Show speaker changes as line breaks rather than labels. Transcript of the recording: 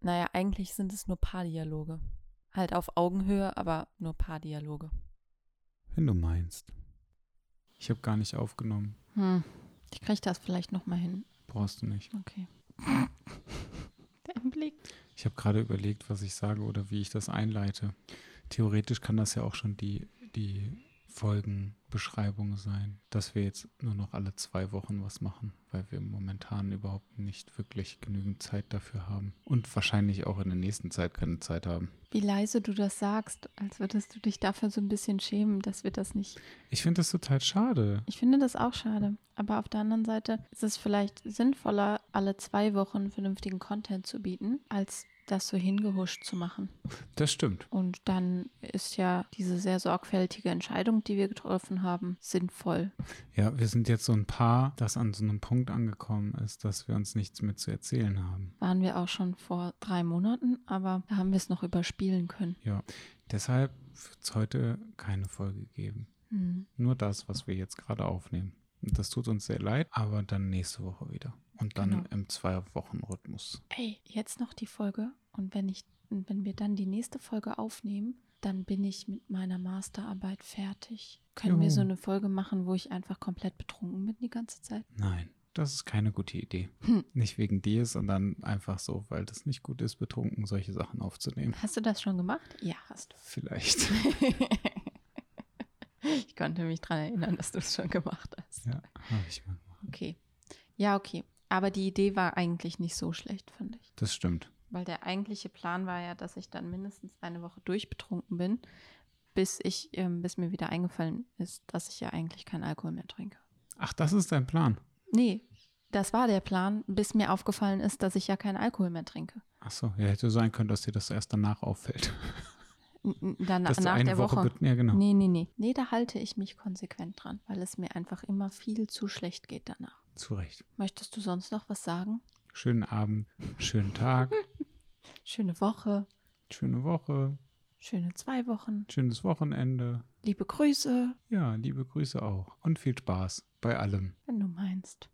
Naja, eigentlich sind es nur Paardialoge. Halt auf Augenhöhe, aber nur Paardialoge.
Wenn du meinst. Ich habe gar nicht aufgenommen.
Hm. Ich kriege das vielleicht nochmal hin.
Brauchst du nicht.
Okay. Der Blick.
Ich habe gerade überlegt, was ich sage oder wie ich das einleite. Theoretisch kann das ja auch schon die, die Folgenbeschreibung sein, dass wir jetzt nur noch alle zwei Wochen was machen, weil wir momentan überhaupt nicht wirklich genügend Zeit dafür haben und wahrscheinlich auch in der nächsten Zeit keine Zeit haben.
Wie leise du das sagst, als würdest du dich dafür so ein bisschen schämen, dass wir das nicht.
Ich finde das total schade.
Ich finde das auch schade. Aber auf der anderen Seite ist es vielleicht sinnvoller, alle zwei Wochen vernünftigen Content zu bieten, als das so hingehuscht zu machen.
Das stimmt.
Und dann ist ja diese sehr sorgfältige Entscheidung, die wir getroffen haben, sinnvoll.
Ja, wir sind jetzt so ein Paar, das an so einem Punkt angekommen ist, dass wir uns nichts mehr zu erzählen haben.
Waren wir auch schon vor drei Monaten, aber da haben wir es noch überspielen können.
Ja, deshalb wird es heute keine Folge geben.
Hm.
Nur das, was wir jetzt gerade aufnehmen. Und Das tut uns sehr leid, aber dann nächste Woche wieder. Und dann
Genau.
im Zwei-Wochen-Rhythmus.
Ey, jetzt noch die Folge und wenn ich, und wenn wir dann die nächste Folge aufnehmen, dann bin ich mit meiner Masterarbeit fertig. Können wir
Juhu.
so eine Folge machen, wo ich einfach komplett betrunken bin die ganze Zeit?
Nein, das ist keine gute Idee.
Hm.
Nicht wegen dir, sondern einfach so, weil das nicht gut ist, betrunken solche Sachen aufzunehmen.
Hast du das schon gemacht? Ja, hast du.
Vielleicht.
Ich konnte mich daran erinnern, dass du es schon gemacht hast.
ja, habe ich mal gemacht.
Okay. Ja, okay. Aber die Idee war eigentlich nicht so schlecht, fand ich.
Das stimmt.
Weil der eigentliche Plan war ja, dass ich dann mindestens eine Woche durchbetrunken bin, bis ich, ähm, bis mir wieder eingefallen ist, dass ich ja eigentlich keinen Alkohol mehr trinke.
Ach, das ist dein Plan.
Nee, das war der Plan, bis mir aufgefallen ist, dass ich ja keinen Alkohol mehr trinke.
Ach so, ja, hätte sein können, dass dir das erst danach auffällt.
N- n- Dann,
dass du
nach
eine
der Woche.
bet- Ja, genau.
Nee, nee, nee. Nee, da halte ich mich konsequent dran, weil es mir einfach immer viel zu schlecht geht danach.
Zu Recht.
Möchtest du sonst noch was sagen?
Schönen Abend, schönen Tag,
Schöne Woche,
schöne Woche,
schöne zwei Wochen,
schönes Wochenende.
liebe Grüße,
Ja, liebe Grüße auch. Und viel Spaß bei allem.
wenn du meinst.